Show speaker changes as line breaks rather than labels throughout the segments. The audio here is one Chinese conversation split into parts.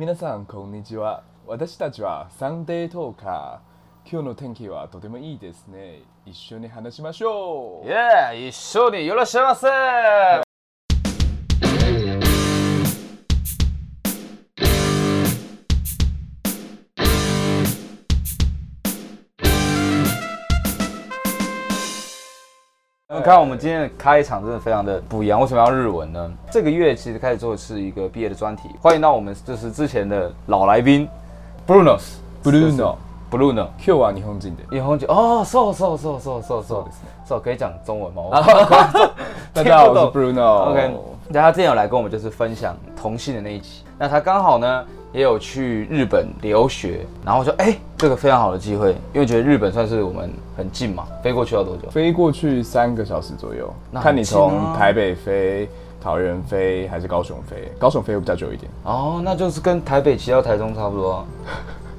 皆さんこんにちは。私たちはサンデートーカー。今日の天気はとてもいいですね。一緒に話しましょう。
耶！一緒によろしくお願いします。你们嗯看，我们今天的开场真的非常的不一样。为什么要日文呢？这个月其实开始做的是一个毕业的专题，欢迎到我们就是之前的老来宾 Bruno s
Bruno，
Bruno。
今日は日本人で。
日本酒哦，そうそうそうそうそう
そう
そう
ですね
そう，可以讲中文吗？我
大家好，
听不
我
懂
是 Bruno。
OK，那他之前有来跟我们就是分享同性的那一集，那他刚好呢也有去日本留学，然后我说哎、这个非常好的机会，因为觉得日本算是我们很近嘛，飞过去要多久？
飞过去三个小时左右，
那
看你
很近啊
从台北飞、桃园飞还是高雄飞。高雄飞会比较久一点，
哦，那就是跟台北骑到台中差不多啊，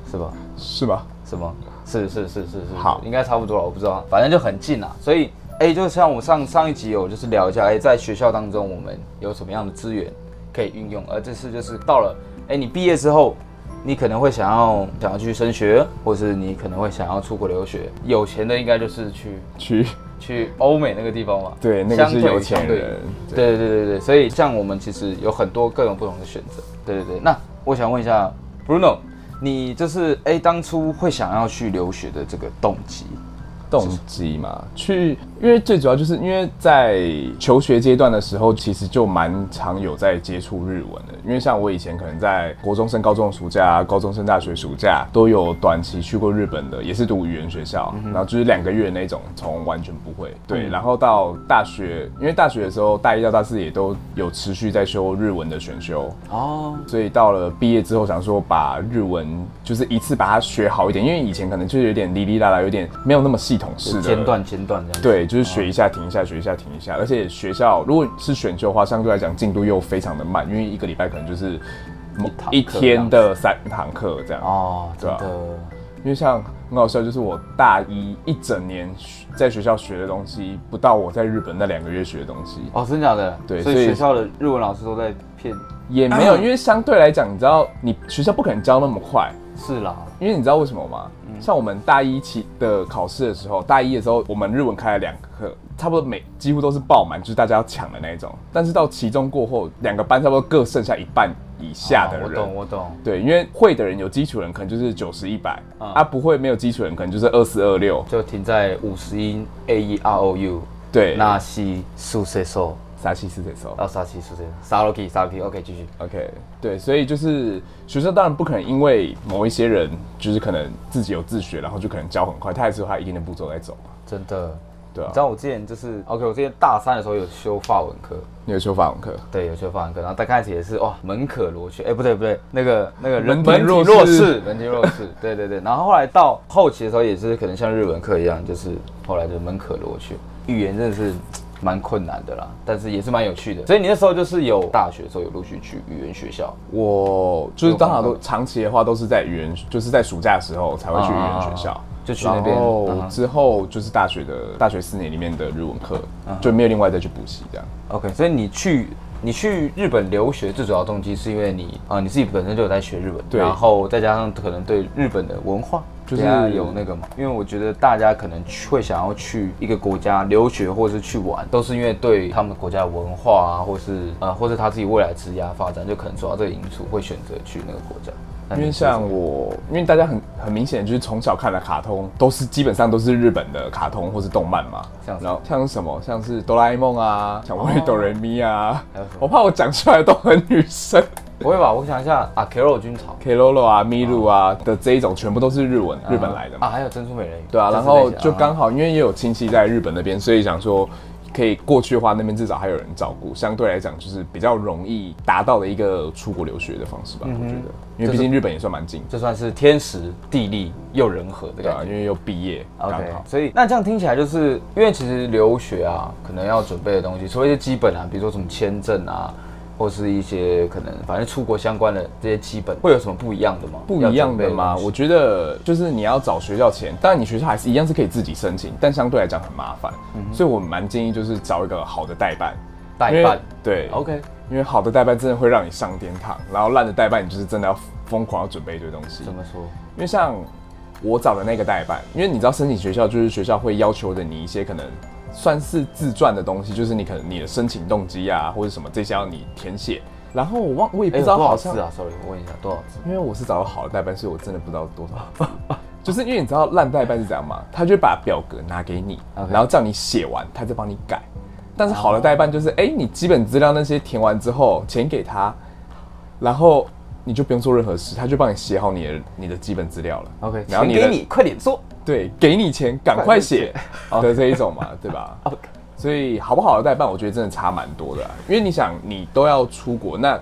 是吧？
是吧？
什么？是是是是是，
好
应该差不多了，我不知道，反正就很近啦。所以，哎、就像我们上上一集有就是聊一下，哎、在学校当中我们有什么样的资源可以运用，而这次就是到了，哎、你毕业之后，你可能会想要想要去升学，或是你可能会想要出国留学，有钱的应该就是去
去，
去欧美那个地方嘛，
对那个是
相
有钱
相对
人
对对对对对，所以像我们其实有很多各种不同的选择，对对对。那我想问一下 Bruno，你就是哎、当初会想要去留学的这个动机，
动机嘛，去，因为最主要就是因为在求学阶段的时候，其实就蛮常有在接触日文的。因为像我以前可能在国中升高中的暑假、高中升大学暑假都有短期去过日本的，也是读语言学校，然后就是两个月那种，从完全不会对，
嗯
然后到大学，因为大学的时候大一到大四也都有持续在修日文的选修，
哦，
所以到了毕业之后，想说把日文就是一次把它学好一点，因为以前可能就是有点哩哩啦啦，有点没有那么系统式的
间断间断这样。，
对，就是学一下停一下，学一下停一下。而且学校如果是选修的话，相对来讲进度又非常的慢，因为一个礼拜可能就是某
堂课
一天的三堂课这样。
哦，真
对啊
的，
因为像很好笑，就是我大一一整年学在学校学的东西，不到我在日本那两个月学的东西。
哦，真假的，
对
所
所
以
以
学校的日文老师都在骗，
也没有，因为相对来讲，你知道，你学校不可能教那么快，
是啦，
因为你知道为什么吗？像我们大一期的考试的时候，大一的时候我们日文开了两课，差不多每几乎都是爆满，就是大家要抢的那一种。但是到期中过后，两个班差不多各剩下一半以下的
哦我
人。
懂我懂，
对，因为会的人有基础人，可能就是九十一百
嗯
啊，不会没有基础人，可能就是二四二六。
就停在五十音 A E R O U，
对，
那西苏塞索。哦
啥西斯得收。
要杀气是这样，杀 Loki 杀 Loki，OK 继续。
OK，对，所以就是学校当然不可能因为某一些人就是可能自己有自学，然后就可能教很快，他还是有他一定的步骤在走嘛。
真的，
对啊
你知，道我之前就是 OK，我之前大三的时候有修法文课，
你有修法文课？
对，有修法文课，然后刚开始也是哇门可罗雀，哎、不对不对，那个那个人
门庭若
门庭
市
市，门庭若 市，对对对，然后后来到后期的时候也是可能像日文课一样，就是后来就门可罗雀，语言真的是。蛮困难的啦，但是也是蛮有趣的。所以你那时候就是有大学的时候有陆续去语言学校，
我就是
有碰
刚好
到
都长期的话都是在语言，就是在暑假的时候才会去语言学校，
啊就去那
然
边
后
嗯
之后就是大学的大学四年里面的日文课，
嗯
就没有另外再去补习这样。
OK，所以你去你去日本留学最主要动机是因为你啊、你自己本身就有在学日本，
对
然后再加上可能对日本的文化
就是
大家有那个嘛，因为我觉得大家可能会想要去一个国家留学或是去玩，都是因为对他们国家的文化啊，或是啊、或是他自己未来职业发展，就可能主要这个因素会选择去那个国家。那你
因为
是怎么
像我，因为大家很很明显就是从小看的卡通都是基本上都是日本的卡通或是动漫嘛，
像什么
然后像什么像是哆啦 A 梦啊，小魔女哆瑞咪啊
还有什么，
我怕我讲出来都很女生
不会吧？我想一下啊，Kiro 军草
k l o l o 啊、咪路啊的这一种全部都是日文日本来的嘛
啊，。还有珍珠美人鱼，
对啊，
这
然
之类的
后就刚好因为也有亲戚在日本那边，所以想说可以过去的话，那边至少还有人照顾，相对来讲就是比较容易达到的一个出国留学的方式
嗯
吧，我觉得，因为毕竟日本也算蛮近，
就算是天时地利又人和的感
对
觉
啊，。因为又毕业刚
OK，
好，
所以那这样听起来就是因为其实留学啊，可能要准备的东西，除了一些基本啊，比如说什么签证啊，或是一些可能反正出国相关的这些基本，会有什么不一样的吗？
不一样的吗？
要准备东西
我觉得就是你要找学校前，当然你学校还是一样是可以自己申请，但相对来
嗯
讲很麻烦，所以我蛮建议就是找一个好的代办，
代
因为
办
对
，OK，
因为好的代办真的会让你上天堂，然后烂的代办你就是真的要疯狂要准备一堆东西。
怎么说？
因为像我找的那个代办，因为你知道申请学校就是学校会要求的你一些可能算是自传的东西，就是你可能你的申请动机啊或者什么这些要你填写。然后我忘我也不
哎，
知
有
道
多
好
少
像
字啊？Sorry，我问一下多少字？
因为我是找到好的代办，所以我真的不知道多少。 就是因为你知道烂代办是怎样吗？他就会把表格拿给你
OK
然后叫你写完，他再帮你改。但是好的代办就是，哎、你基本资料那些填完之后，钱给他，然后你就不用做任何事，他就帮你写好你的你的基本资料了。
OK，
然后
钱
的
给你，快点做。
对，给你钱赶快写
快
的这一种嘛，对吧？
OK，
所以好不好的代办，我觉得真的差蛮多的啊、因为你想，你都要出国，那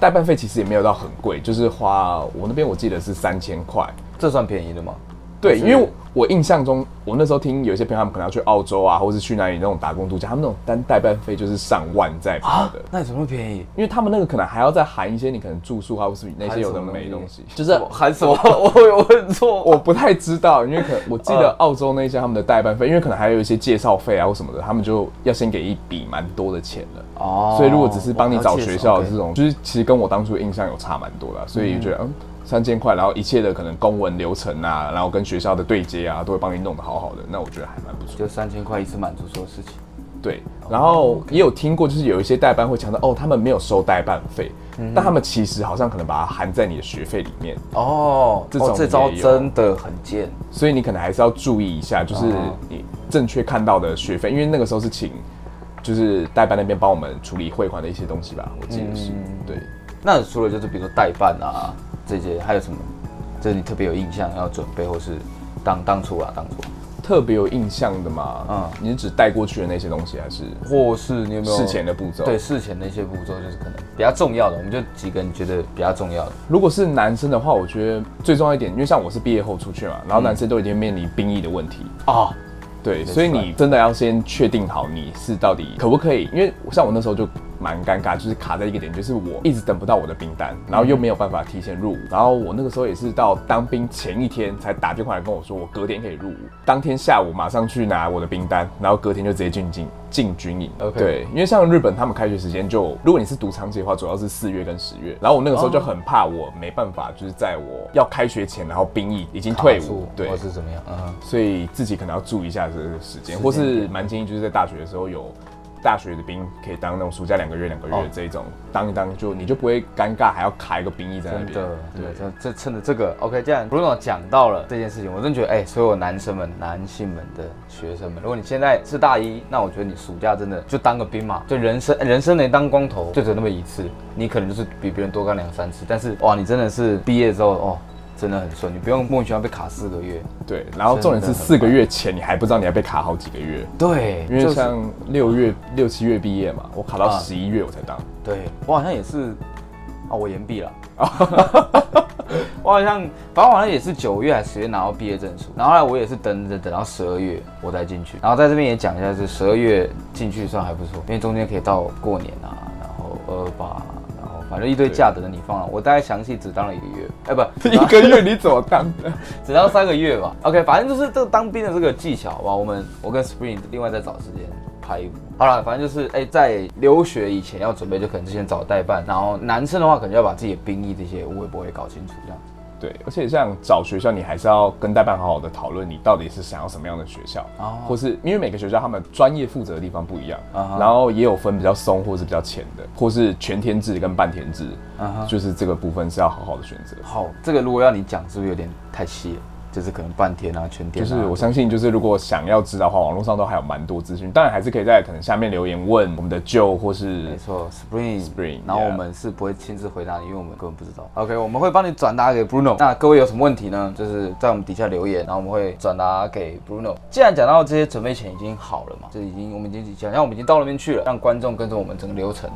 代办费其实也没有到很贵，就是花我那边我记得是三千块。
这算便宜 的吗？
对，
是
因为我我印象中，我那时候听有一些朋友他们可能要去澳洲啊，或是去哪里那种打工度假，他们那种单代办费就是上万在跑的。
那你怎么那么便宜？
因为他们那个可能还要再含一些你可能住宿啊，或是那些有的没东西，就是
我含什么？ 我我我很 错。
我不太知道，因为可能我记 得澳洲那些他们的代办费，因为可能还有一些介绍费啊或什么的，他们就要先给一笔蛮多的钱了。
哦
所以如果只是帮你找学校
我了解
这种，就是其实跟我当初的印象有差蛮多的，所以觉得嗯三千块，然后一切的可能公文流程啊，然后跟学校的对接啊，都会帮你弄得好好的，那我觉得还蛮不错。
就三千块一次满足所有事情。
对，然后也有听过，就是有一些代办会强调哦，他们没有收代办费，
嗯
但他们其实好像可能把它含在你的学费里面，
哦，
这种
哦这招
也有
真的很贱。
所以你可能还是要注意一下，就是
哦
你正确看到的学费，因为那个时候是请就是代办那边帮我们处理汇款的一些东西吧，我记得是、
嗯
对。
那除了就是比如说代办啊这些，还有什么？就是你特别有印象要准备，或是当当初啊当初，
特别有印象的嘛？嗯
嗯，
你是指带过去的那些东西，还是
或是你有没有
事前的步骤？
对，事前的一些步骤，就是可能比较重要的，我们就几个你觉得比较重要的。
如果是男生的话，我觉得最重要一点，因为像我是毕业后出去嘛，然
嗯
后男生都已经面临兵役的问题，
哦，
对，
That's
所以你真的要先确定好你是到底可不可以，因为像我那时候就蛮尴尬，就是卡在一个点，就是我一直等不到我的兵单，然后又没有办法提前入伍，然后我那个时候也是到当兵前一天才打电话来跟我说我隔天可以入伍，当天下午马上去拿我的兵单，然后隔天就直接进进进军营。
OK
对，因为像日本他们开学时间就，如果你是读长期的话，主要是四月跟十月，然后我那个时候就很怕我没办法，就是在我要开学前，然后兵役已经退
卡
伍
住，
对，
或是怎么样？嗯哼，
所以自己可能要注意一下这个时间，
间
或是蛮建议就是在大学的时候有大学的兵可以当那种暑假两个月、两个月
哦
这一种、当一当就你就不会尴尬，还要卡一个兵役在那
真
边。
的，对，
对，
这这趁着这个 OK，这样 Bruno 讲到了这件事情，我真觉得哎、所有男生们、男性们的学生们，如果你现在是大一，那我觉得你暑假真的就当个兵嘛，就人生人生能当光头就只有那么一次，你可能就是比别人多干两三次，但是哇，你真的是毕业之后哦，真的很顺，你不用莫名其妙被卡四个月。
对，然后重点
真的
是
很
四个月前你还不知道你要被卡好几个月，
对，
因
就
为
是
像六月、六七月毕业嘛，我卡到
啊
十一月我才 当。
对我好像也是啊，我延毕了。 我好像，反正我好像也是九月还是十月拿到毕业证书，然后后来我也是等着等到十二月我才进去。然后在这边也讲一下，是十二月进去算还不错，因为中间可以到过年啊，然后二二八，然后反正一堆假等着你放了。我大概详细只当了一个月，哎、不，
一个月你怎么当的？
只要三个月吧。OK，反正就是这个当兵的这个技巧吧。我们我跟 Spring 另外再找时间拍一部。好了，反正就是哎、在留学以前要准备，就可能之前找代办。然后男生的话，可能要把自己的兵役这些我也不会搞清楚这样。
对，而且像找学校，你还是要跟代办好好的讨论，你到底是想要什么样的学校，
哦
或是因为每个学校他们专业负责的地方不一样，
啊哈
然后也有分比较松或是比较浅的，或是全天制跟半天制
啊哈
就是这个部分是要好好的选择。
好，这个如果要你讲，是不是有点太细了？就是可能半天啊，全天
就
啊。
是我相信，就是如果想要知道的话，网络上都还有蛮多资讯，当然还是可以在可能下面留言问我们的 Joe 或是
没错，Spring
Spring，
然后
yeah
我们是不会亲自回答你，因为我们根本不知道。OK，我们会帮你转达给 Bruno。那各位有什么问题呢？就是在我们底下留言，然后我们会转达给 Bruno。既然讲到这些准备钱已经好了嘛，就已经我们已经讲，像我们已经到那边去了，让观众跟着我们整个流程。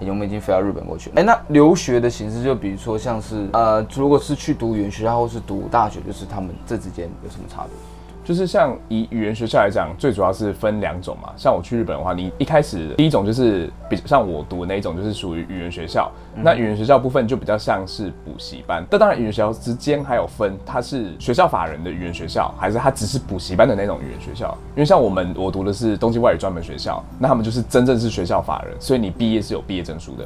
已经我们已经飞到日本过去了。哎，那留学的形式就比如说像是呃，如果是去读语言学校或是读大学，就是他们这之间有什么差别？
就是像以语言学校来讲，最主要是分两种嘛。像我去日本的话，你一开始第一种就是比像我读的那一种，就是属于语言学校。那语言学校部分就比较像是补习班，但当然语言学校之间还有分，它是学校法人的语言学校，还是它只是补习班的那种语言学校。因为像我们我读的是东京外语专门学校，那他们就是真正是学校法人，所以你毕业是有毕业证书的。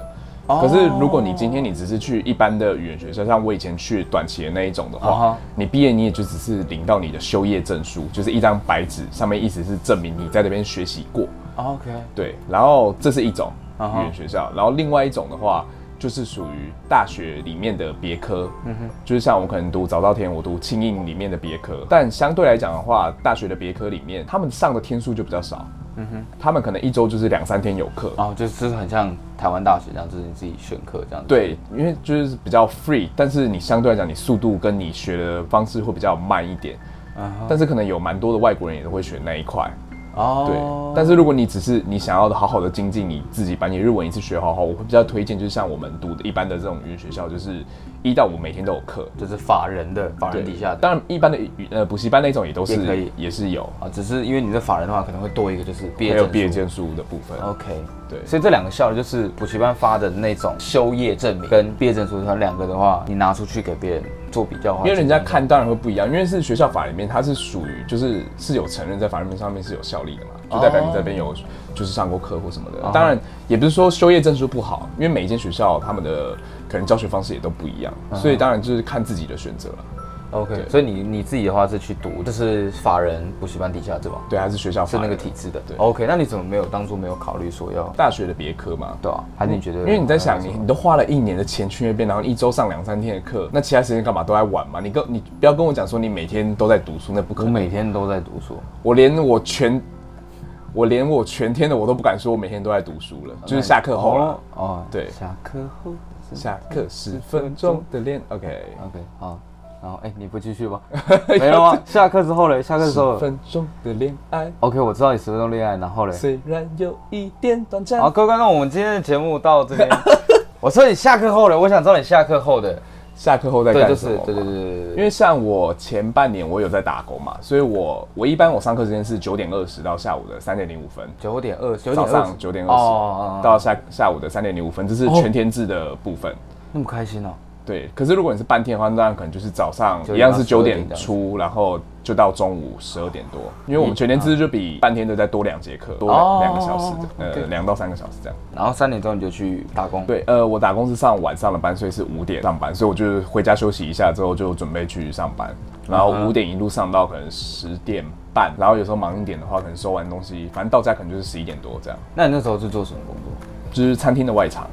可是如果你今天你只是去一般的语言学校，像我以前去短期的那一种的
啊哈
话，你毕业你也就只是领到你的修业证书，就是一张白纸，上面意思是证明你在这边学习过。
哦 OK，
对，然后这是一种
啊哈
语言学校，然后另外一种的话就是属于大学里面的别科，
嗯
就是像我可能读早稻田，我读庆应里面的别科，但相对来讲的话，大学的别科里面他们上的天数就比较少，
嗯
他们可能一周就是两三天有课，
哦，就是很像台湾大学这样，就是你自己选课这样子。，
对，因为就是比较 free，但是你相对来讲，你速度跟你学的方式会比较慢一点。
啊
但是可能有蛮多的外国人也都会选那一块，对。
哦，
但是如果你只是你想要好好的精进你自己，把你日文一次学好好，我会比较推荐，就是像我们读的一般的这种语言学校，就是一到五每天都有课。
就是法人的法人啊底下的
当然一般的语呃补习班那种也都
也可
是
以
也是有，
啊，只是因为你的法人的话，可能会多一个就是毕业
还有
证书哦
毕业证书的部分。
OK，
对
所以这两个校就是补习班发的那种修业证明跟毕业证书，它两个的话，你拿出去给别人做比较的话，
因为人家看当然会不一样，因为是学校法里面它是属于就是是有承认在法律上面是有效力的嘛，就代表你这边有
哦
就是上过课或什么的。当然也不是说修业证书不好，因为每一间学校他们的可能教学方式也都不一样，
嗯
所以当然就是看自己的选择了。
OK，所以你你自己的话是去读，就是法人补习班底下对吧？
对，还是学校
是
法
那
人
个体制的。
对
OK，那你怎么没有当初没有考虑说要
大学的别科嘛。
对啊？还是你觉得？
因为你在想，你你都花了一年的钱去那边，然后一周上两三天的课，那其他时间干嘛？都在玩嘛？你跟你不要跟我讲说你每天都在读书，那不可
我
能。
每天都在读书，
我连我全，我连我全天的我都不敢说，我每天都在读书了，就是下课后了
哦。哦，
啊对
下课后是
下课十分钟的练，OK，
哦 OK 好，然后哎、你不继续 吧？没有啊，下课之后嘞，下课之
十
后
分钟的恋爱，
OK，我知道你十分钟恋爱，然后嘞，
虽然有一点短暂
好，。各位观众，我们今天的节目到这边。 我说你下课后的，我想知道你下课后的，
下课后再
对，就
干什
是
么？
对对对对
因
对，
为像我前半年我有在打工嘛，所以我我一般我上课时间是九点二十到下午的三点零五分，
九点二，九
早
点
上九点二
哦哦哦
十到下下午的三点零五分，这
哦
是全天制的部分。
那么开心哦。
对，可是如果你是半天的话，那可能就是早上
9
一样是
到12
九
点
点
这样
出，然后就到中午十二点多，因为我们全天制就比半天的再多两节课，多
哦
两两个小时，
OK
呃，两到三个小时这样。
然后三点钟你就去打工，，
对，呃，我打工是上晚上的班，所以是五点上班，所以我就是回家休息一下之后就准备去上班，然后五点一路上到可能十点半，然后有时候忙一点的话，可能收完东西，反正到家可能就是十一点多这样，
那你那时候是做什么工作？
就是餐厅的外场。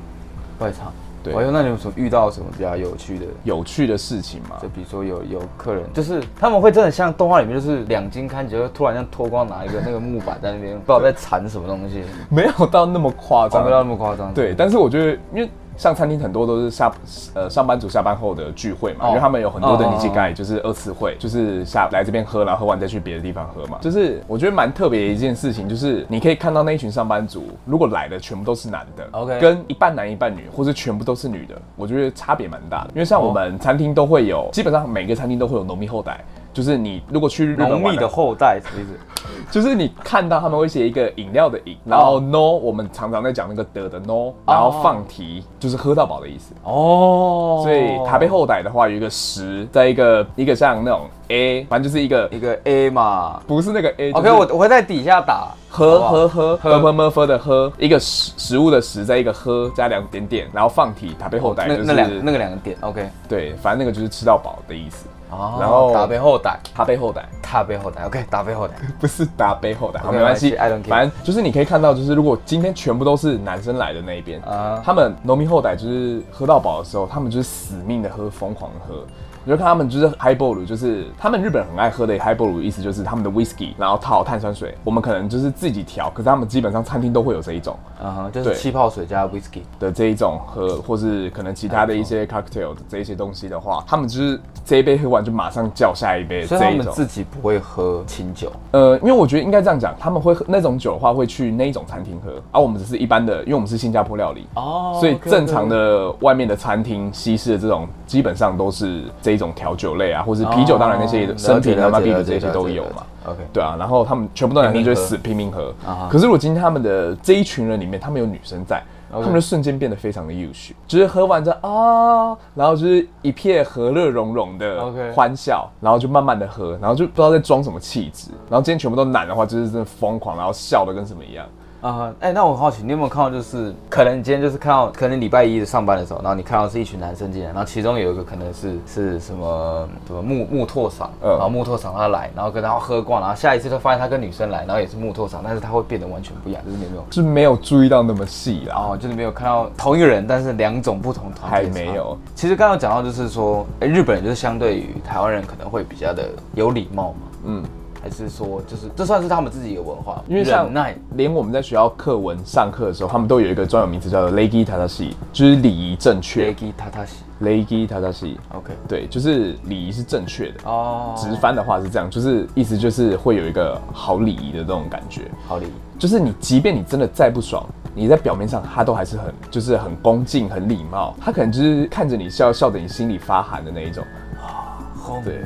外场。
对
哎呦，那你有什么遇到什么比较有趣的？
有趣的事情嘛
就，比如说有有客人，就是他们会真的像动画里面，就是两斤看起来就突然像脱光拿一个那个木板在那边，不知道在缠什么东西，
没有到那么夸
找
张，
不到那么夸张。
哦对，但是我觉得，因为像餐厅很多都是下呃上班族下班后的聚会嘛，
哦
因为他们有很多的
哦哦
年纪概就是二次会，就是下来这边喝，然后喝完再去别的地方喝嘛。就是我觉得蛮特别的一件事情，就是你可以看到那一群上班族，如果来的全部都是男的
OK
跟一半男一半女，或是全部都是女的，我觉得差别蛮大的。因为像我们餐厅都会有，基本上每个餐厅都会有农民后台。就是你如果去日本
浓
玩
密的后代什么意思？
就是你看到他们会写一个饮料的饮，然
哦
后 no，、我们常常在讲那个的的 no，然后放题、就是喝到饱的意思。
哦，
所以台北后代的话有一个十，在一个一个像那种 A，反正就是一个
一个 A 嘛，
不是那个 A 就是。
OK，我我哦会在底下打，
喝
好不好
喝喝喝喝喝喝的喝，一个食食物的食，再一个喝加两点点，然后放题台北后代
哦那
就是
那两那个两个点 OK，
对，反正那个就是吃到饱的意思。
哦
然后
打背后打，
台北后代。
打背后打 OK，打背后打，
不是打背后的，好，
OK，
没关系
I don't care
反正就是你可以看到，就是如果今天全部都是男生来的那一边
啊
他们农民后代就是喝到饱的时候，他们就是死命的喝，疯狂地喝。你就看他们就是 highball，就是他们日本很爱喝的 highball，意思就是他们的 whisky，然后套碳酸水。我们可能就是自己调，可是他们基本上餐厅都会有这一种
嗯哼，就是
对
气泡水加 whisky，
的这一种喝，或是可能其他的一些 cocktail 的这一些东西的话，他们就是这一杯喝完就马上叫下一杯，
所以
这
他
一
们
种。
自己不会喝清酒，
呃，因为我觉得应该这样讲，他们会喝那种酒的话，会去那一种餐厅喝，而、我们只是一般的，因为我们是新加坡料理
哦
所以正常的外面的餐厅、西式的这种，基本上都是这一种调酒类啊，或是啤酒，当然那些
哦
生啤、
了解了解
生啤的
了解
这些都
了解
有
了
嘛。
OK
对啊，然后他们全部都男生就会死拼命喝
啊哈。
可是如果今天他们的这一群人里面，他们有女生在。他们就瞬间变得非常的优秀，就是喝完之后啊，然后就是一片和乐融融的
OK
欢笑然后就慢慢的喝，然后就不知道在装什么气质。然后今天全部都男的话，就是真的疯狂，然后笑的跟什么一样。
啊，哎、那我很好奇，你有没有看到，就是可能你今天就是看到，可能礼拜一上班的时候，然后你看到是一群男生进来，然后其中有一个可能是是什么什么木木拓赏，
嗯
然后木拓赏他来，然后跟他喝惯，然后下一次就发现他跟女生来，然后也是木拓赏，但是他会变得完全不一样，就是你有没有？
就是没有注意到那么细啦。
哦，就是没有看到同一个人，但是两种不同团体的
还没
差
有。
其实刚刚有讲到就是说，哎、日本人就是相对于台湾人可能会比较的有礼貌嘛，
嗯，
还是说就是这算是他们自己的文化，
因为像
忍耐
连我们在学校课文上课的时候，他们都有一个专有名词叫做 “legi tadashi”，就是礼仪正确。
，legi tatashi。
legi tadashi，
OK，
对，就是礼仪是正确的。
哦，
直翻的话是这样，就是意思就是会有一个好礼仪的这种感觉，
好礼仪。
就是你即便你真的再不爽，你在表面上他都还是很就是很恭敬、很礼貌，他可能就是看着你笑，笑得你心里发寒的那一种，
对，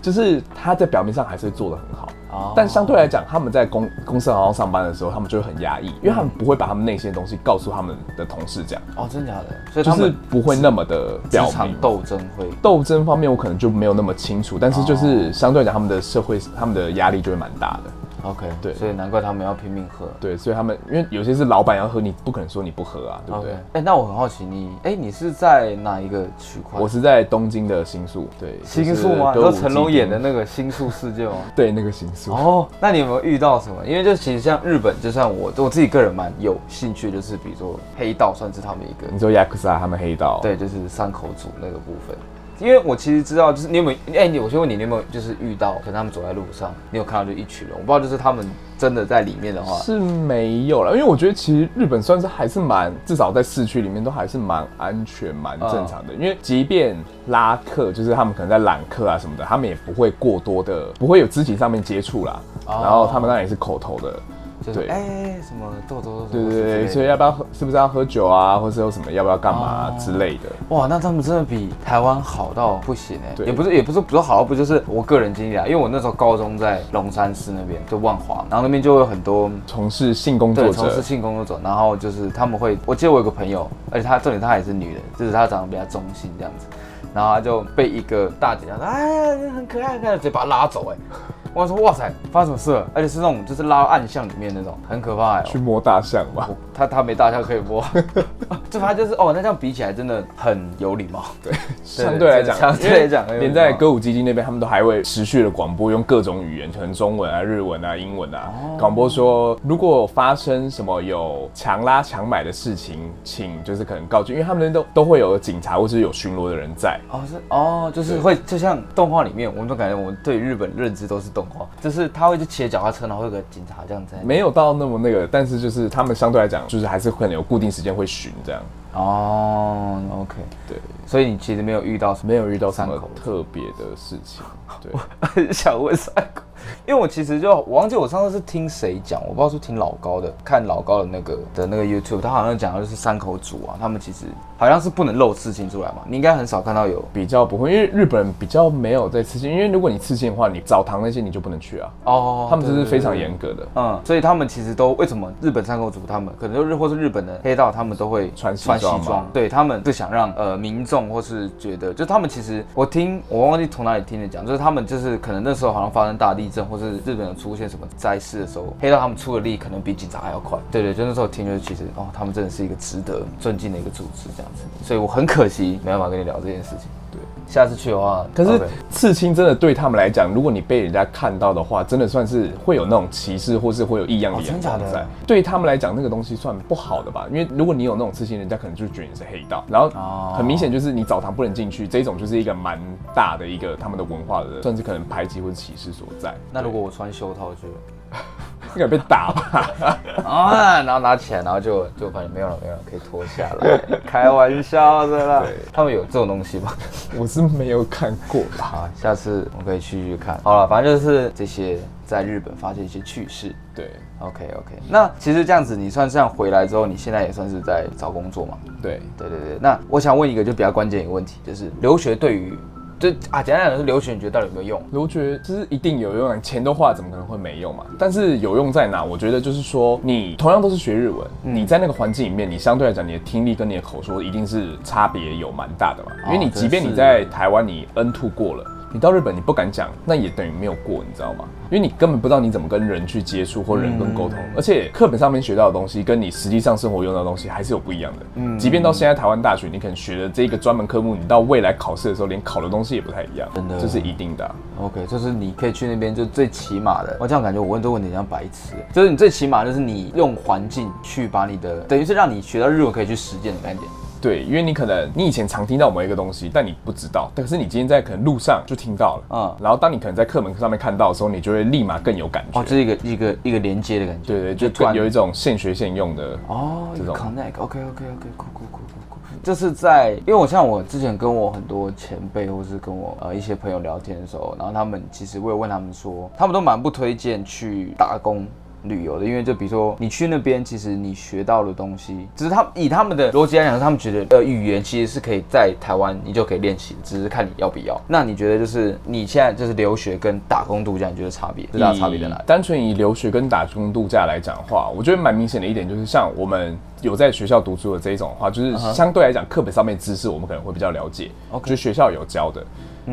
就是他在表面上还是做得很好。
哦
但相对来讲，他们在公公司好好上班的时候，他们就会很压抑，因为他们不会把他们内心的东西告诉他们的同事讲，
哦，真假的，所以
就
他
是
们
不会那么的
职
表
场
明。
斗争会
斗争方面，我可能就没有那么清楚，但是
哦
就是相对来讲，他们的社会他们的压力就会蛮大的。
OK，
对
哦所以难怪他们要拼命喝。
对，所以他们因为有些是老板要喝，你不可能说你不喝啊，对不
OK，
对
哎、那我很好奇你，哎、你是在哪一个区块？
我是在东京的新宿，对，
新宿吗？
就是歌舞伎
说
町
成龙演的那个新宿事件吗？
对那个新宿。
哦，那你有没有遇到什么？因为就其实像日本，就算我我自己个人蛮有兴趣，就是比如说黑道算是他们一个
你说雅克萨他们黑道，，
对，就是山口组那个部分。因为我其实知道，就是你有没有？哎、你我先问你，你有没有就是遇到，可能他们走在路上，你有看到就一群人，我不知道就是他们真的在里面的话，
啊是没有了，因为我觉得其实日本算是还是蛮，至少在市区里面都还是蛮安全、蛮
嗯
正常的。因为即便拉客，就是他们可能在揽客啊什么的，他们也不会过多的，不会有肢体上面接触啦。
哦
然后他们当然也是口头的，
就是
对
哎、什么豆豆豆，
对对对，所以
以
要不要喝，是不是要喝酒啊，或是有什么要不要干嘛、啊
哦
之类的。
哇，那他们真的比台湾好到不行哎、
对
也不是也不是不是好到不就是我个人经历啊，因为我那时候高中在龙山寺那边，就万华，然后那边就会有很多
从事性工
对
作
从事
者，
性工作者，然后就是他们会，我记得我有个朋友，而且她重点她也是女人，就是她长得比较中性这样子，然后她就被一个大姐她说哎呀很可爱，很可爱，直接把她拉走哎、我想说哇塞发生什么事了？而且是那种就是拉到暗巷里面那种，很可怕哎、
去摸大象吧。
他他没大笑可以 摸，就他就是哦，那这样比起来真的很有礼貌。对，
相对来讲，
相对来讲
因为连在歌舞基金那边，他们都还会持续的广播，用各种语言，可能中文啊、日文啊、英文啊，
哦
广播说，如果发生什么有强拉强买的事情，请就是可能告知，因为他们那边都都会有警察或者是有巡逻的人在。
哦是哦，就是会就像动画里面，我们都感觉我们对日本认知都是动画，就是他会去骑脚踏车，然后会有个警察这样子在。
没有到那么那个，但是就是他们相对来讲，就是还是可能有固定时间会巡这样。
哦，OK，
对，
所以你其实没有遇到什么
没有遇到什
山
么
口
特别的事情。对，
很想问三口，因为我其实就我忘记我上次是听谁讲，我不知道是听老高的，看老高的那个的那个 YouTube，他好像讲的就是山口组啊，他们其实好像是不能露刺青出来嘛，你应该很少看到有
比较不会，因为日本人比较没有在刺青，因为如果你刺青的话，你澡堂那些你就不能去啊，
哦，
他们这是非常
格。
严格的。
嗯，所以他们其实都为什么日本山口组他们可能就日或是日本的黑道他们都会
穿西
穿西
装嘛
装，对他们不想让呃民众或是觉得就他们其实我听我忘记从哪里听的讲，就是他们就是可能那时候好像发生大地震或是日本有出现什么灾事的时候，黑道他们出的力可能比警察还要快。对对，就那时候听就是其实哦，他们真的是一个值得尊敬的一个组织这样子，所以我很可惜没办法跟你聊这件事情。
对，
下次去的话，
可是
OK
刺青真的对他们来讲，如果你被人家看到的话，真的算是会有那种歧视，或是会有异样的
哦
眼
真假
光
的
在。对他们来讲，那个东西算不好的吧？因为如果你有那种刺青，人家可能就觉得你是黑道，然后
哦
很明显就是你澡堂不能进去，这种就是一个蛮大的一个他们的文化的，算是可能排挤或者歧视所在。
那如果我穿袖套去？
应该被打吧？
啊，然后拿起来，然后就就发现没有了，没有了，可以脱下来，开玩笑的啦。他们有这种东西吗？
我是没有看过吧？
好，下次我可以去去看。好了，反正就是这些在日本发现一些趣事。
对
OK OK，那其实这样子，你算这样回来之后，你现在也算是在找工作嘛？
对，
对对对。那我想问一个就比较关键一个问题，就是留学对于就啊，简单来说，留学你觉得到底有没有用？
我觉得嗯就是一定有用，钱都花了，怎么可能会没用嘛？但是有用在哪？我觉得就是说，你同样都是学日文，你在那个环境里面，你相对来讲，你的听力跟你的口说一定是差别有蛮大的嘛。因
啊
为你即便你在台湾你 N two 过了，你到日本你不敢讲，那也等于没有过，你知道吗？因为你根本不知道你怎么跟人去接触或人跟沟通，
嗯
而且课本上面学到的东西跟你实际上生活用到的东西还是有不一样的。嗯，即便到现在台湾大学，你可能学的这个专门科目，你到未来考试的时候，连考的东西也不太一样，
真的
这是一定的啊、
OK，就是你可以去那边，就最起码的。我这样感觉，我问这个问题像白痴。就是你最起码就是你用环境去把你的，等于是让你学到日文可以去实践的概念。
对，因为你可能你以前常听到某一个东西，但你不知道，但可是你今天在可能路上就听到了，
嗯
嗯，然后当你可能在课本上面看到的时候，你就会立马更有感觉，
哦，这是一个一个一个连接的感觉。
对对，就
突然
更有一种现学现用的
哦，
这
有
种
connect，OK OK OK，酷酷酷酷酷。就是在，因为我像我之前跟我很多前辈，或是跟我呃一些朋友聊天的时候，然后他们其实我也问他们说，他们都蛮不推荐去打工旅游的，因为就比如说你去那边，其实你学到的东西，只是他们以他们的逻辑来讲，他们觉得呃语言其实是可以在台湾你就可以练习，只是看你要不要。那你觉得就是你现在就是留学跟打工度假，你觉得差别最大的差别在哪里
以？单纯以留学跟打工度假来讲的话，我觉得蛮明显的一点就是，像我们有在学校读书的这一种的话，就是相对来讲课本上面知识我们可能会比较了解
嗯 OK 嗯
就学校有教的。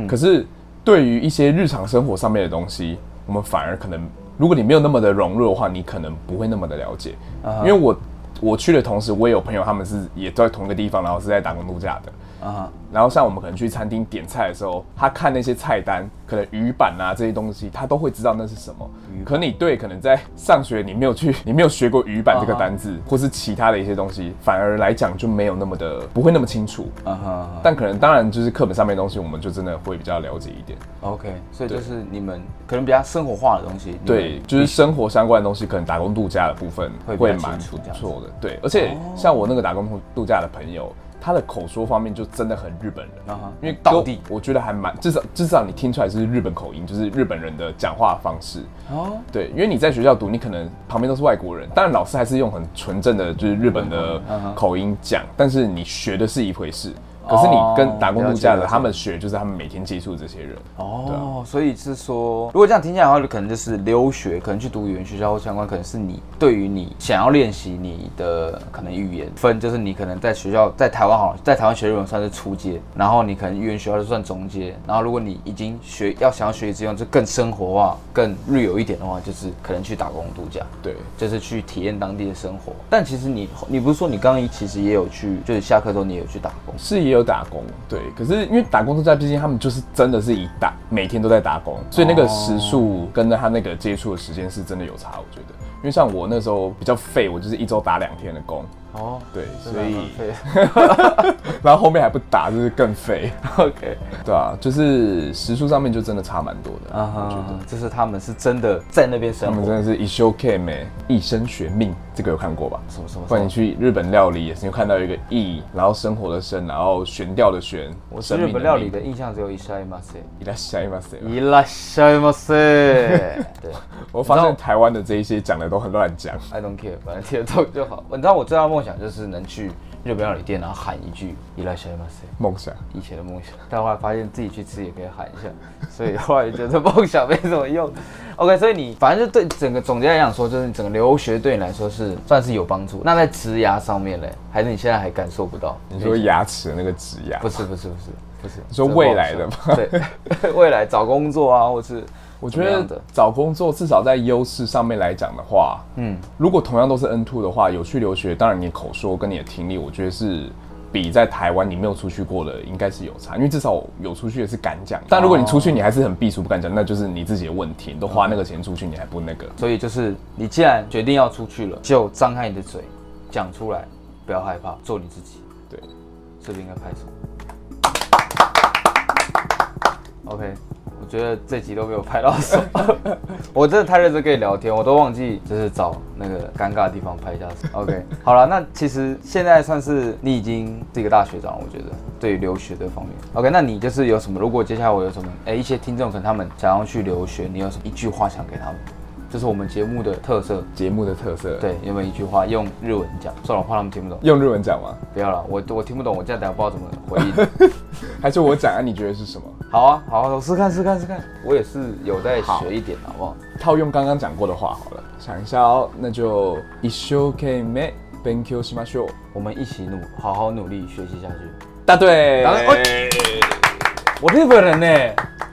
可是对于一些日常生活上面的东西，我们反而可能，如果你没有那么的融入的话，你可能不会那么的了解。
嗯
因为我我去的同时，我也有朋友他们是也在同一个地方，然后是在打工度假的。
啊
然后像我们可能去餐厅点菜的时候，他看那些菜单，可能鱼板啊这些东西，他都会知道那是什么。可你对可能在上学你没有去，你没有学过鱼板这个单
嗯
字，或是其他的一些东西，反而来讲就没有那么的不会那么清楚。
啊哈啊哈
但可能当然就是课本上面的东西，我们就真的会比较了解一点。
OK，所以就是你们可能比较生活化的东西，你
对，
们
就是生活相关的东西，可能打工度假的部分
会比较
会
清
蛮
楚
不
这样子哦
错的。对，而且像我那个打工度假的朋友，他的口说方面就真的很日本人，
啊哈
因为
道地
我觉得还蛮至少至少你听出来是日本口音，就是日本人的讲话方式。
哦，
对，因为你在学校读，你可能旁边都是外国人，当然老师还是用很纯正的，就是日本
嗯
的口音讲，但是你学的是一回事。可是你
哦
跟打工度假
了解了
的，
解
他们学就是他们每天接触这些人。啊
哦，所以是说，如果这样听起来的话，可能就是留学，可能去读语言学校或相关，可能是你对于你想要练习你的可能语言分，就是你可能在学校在台湾好了，在台湾学日文算是初阶，然后你可能语言学校就算中阶，然后如果你已经学要想要学以致用，就更生活化、更日有一点的话，就是可能去打工度假。
对，
就是去体验当地的生活，但其实你你不是说你刚刚其实也有去，就是下课之后你也有去打工，
是也有打工，对，可是因为打工度假，毕竟他们就是真的是以打每天都在打工，所以那个时数跟着他那个接触的时间是真的有差，我觉得。因为像我那时候比较废，我就是一周打两天的工，
哦，
对，所以 然后后面还不打，就是更废，
OK
对啊，就是时数上面就真的差蛮多的
啊
我觉得
哈，就是他们是真的在那边
他
生
们
活，
真的是一休 K 美一生学命，这个有看过吧？
什么什么
不
什
然
么
你，去日本料理也是，你看到一个意，然后生活的生，然后悬吊的悬，
我是
生
日
命
本料理
命
的印象只有伊莎伊马塞，
いらっしゃいませ。
伊拉夏伊马 塞，对
我发
你知
现
道
台湾的这一些讲的都很乱讲，
，I don't care，反正听得懂就好。你知道我最大的梦想就是能去日本料理店，然后喊一句伊拉夏伊马塞。
梦想
以前的梦想，但后来发现自己去吃也可以喊一下，所以后来觉得梦想没什么用。OK，所以 你反正就对整个总结来讲说，就是你整个留学对你来说是算是有帮助。那在植牙上面嘞，还是你现在还感受不到？
你说牙齿的那个植牙
不，是不是不是不是，
你说未来的吗
对， 未来找工作啊，或是
我
怎
觉
么样的
得找工作至少在优势上面来讲的话，嗯，如果同样都是 N two 的话，有去留学，当然你的口说跟你的听力，我觉得是。比在台湾你没有出去过的，应该是有差，因为至少有出去的是敢
哦
讲。但如果你出去你还是很避俗不敢讲，那就是你自己的问题。
嗯
你都花那个钱出去，你还不那个，
所以就是你既然决定要出去了，就张开你的嘴，讲出来，不要害怕，做你自己。
对，
是不是应该拍手？OK，我觉得这集都没有拍到手，我真的太认真跟你聊天，我都忘记就是找那个尴尬的地方拍一下手。OK，好了，那其实现在算是你已经是一个大学长了，我觉得对于留学这方面，OK，那你就是有什么？如果接下来我有什么，哎、一些听众可能他们想要去留学，你有什么一句话想给他们？这是我们节目的特色，
节目的特色。，
对，有没有一句话用日文讲？算了，我怕他们听不懂。
用日文讲吗？
不要了，我我听不懂，我这样等下不知道怎么回应。
还是我讲啊？你觉得是什么？
好啊，好啊，我试看试看试看。我也是有在
好
学一点，好不好？
套用刚刚讲过的话好了，想一下哦，那就一生懸命勉強しましょう。
我们一起努，好好努力学习下去。
答对
答对我日本人呢、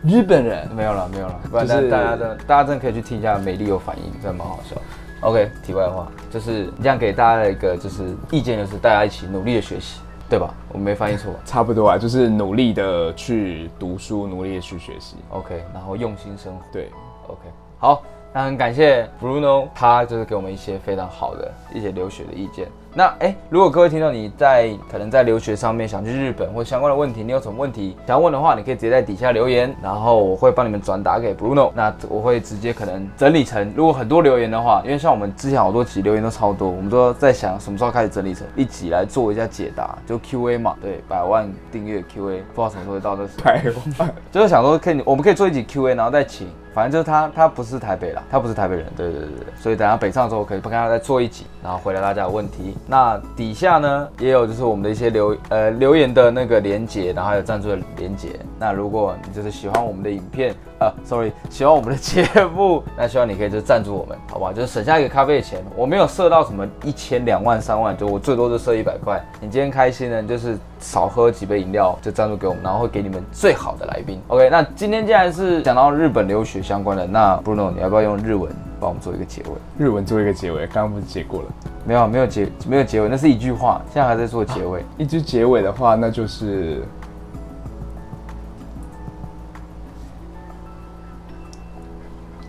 日本人
没有了，没有了。不然
就是
大家真的，大家真的可以去听一下《美丽有反应》，真的蛮好笑的。OK，题外话，就是这样给大家一个就是意见，就是大家一起努力的学习，对吧？我没翻译错吧
差不多啊，就是努力的去读书，努力的去学习。
？OK，然后用心生活。
对，
OK，好，那很感谢 Bruno，他就是给我们一些非常好的一些留学的意见。那哎、诶如果各位听众你在可能在留学上面想去日本或相关的问题，你有什么问题想要问的话，你可以直接在底下留言，然后我会帮你们转达给 Bruno。那我会直接可能整理成，如果很多留言的话，因为像我们之前好多集留言都超多，我们都在想什么时候开始整理成一集来做一下解答，就 Q&A 嘛，对，百万订阅 Q&A，不知道什么时候会到这时候。
台湾
就是想说，可以，我们可以做一集 Q&A，然后再请，反正就是他，他不是台北啦，他不是台北人，对对对对，所以等他北上之后，可以跟他再做一集，然后回答大家的问题。那底下呢，也有就是我们的一些留呃留言的那个连接，然后还有赞助的连接。那如果你就是喜欢我们的影片，呃，sorry，喜欢我们的节目，那希望你可以就赞助我们，好不好？就是省下一个咖啡的钱，我没有设到什么一千、两万、三万，就我最多就设一百块。你今天开心呢，你就是少喝几杯饮料，就赞助给我们，然后会给你们最好的来宾。OK，那今天既然是讲到日本留学相关的，那 Bruno，你要不要用日文帮我们做一个结尾？
日文做一个结尾，刚刚不是结过了。
没有，没有结，没有结尾，那是一句话，现在还在做结尾。
一句结尾的话，那就是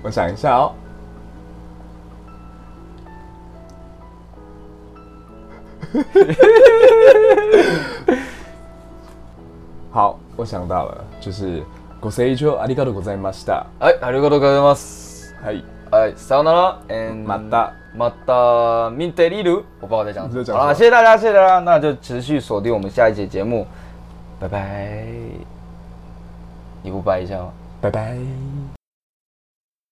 我想一下哦。 好，我想到了，就是ご清聴ありがとうございました。
哎、ありがとうございます。
はい。
哎、さよなら，and
また。
また見てみる。我不知道我在讲什
你在讲什
么。
么
好了，谢谢大家，谢谢大家，那就持续锁定我们下一节节目，拜拜。你不拜一下吗？
拜拜。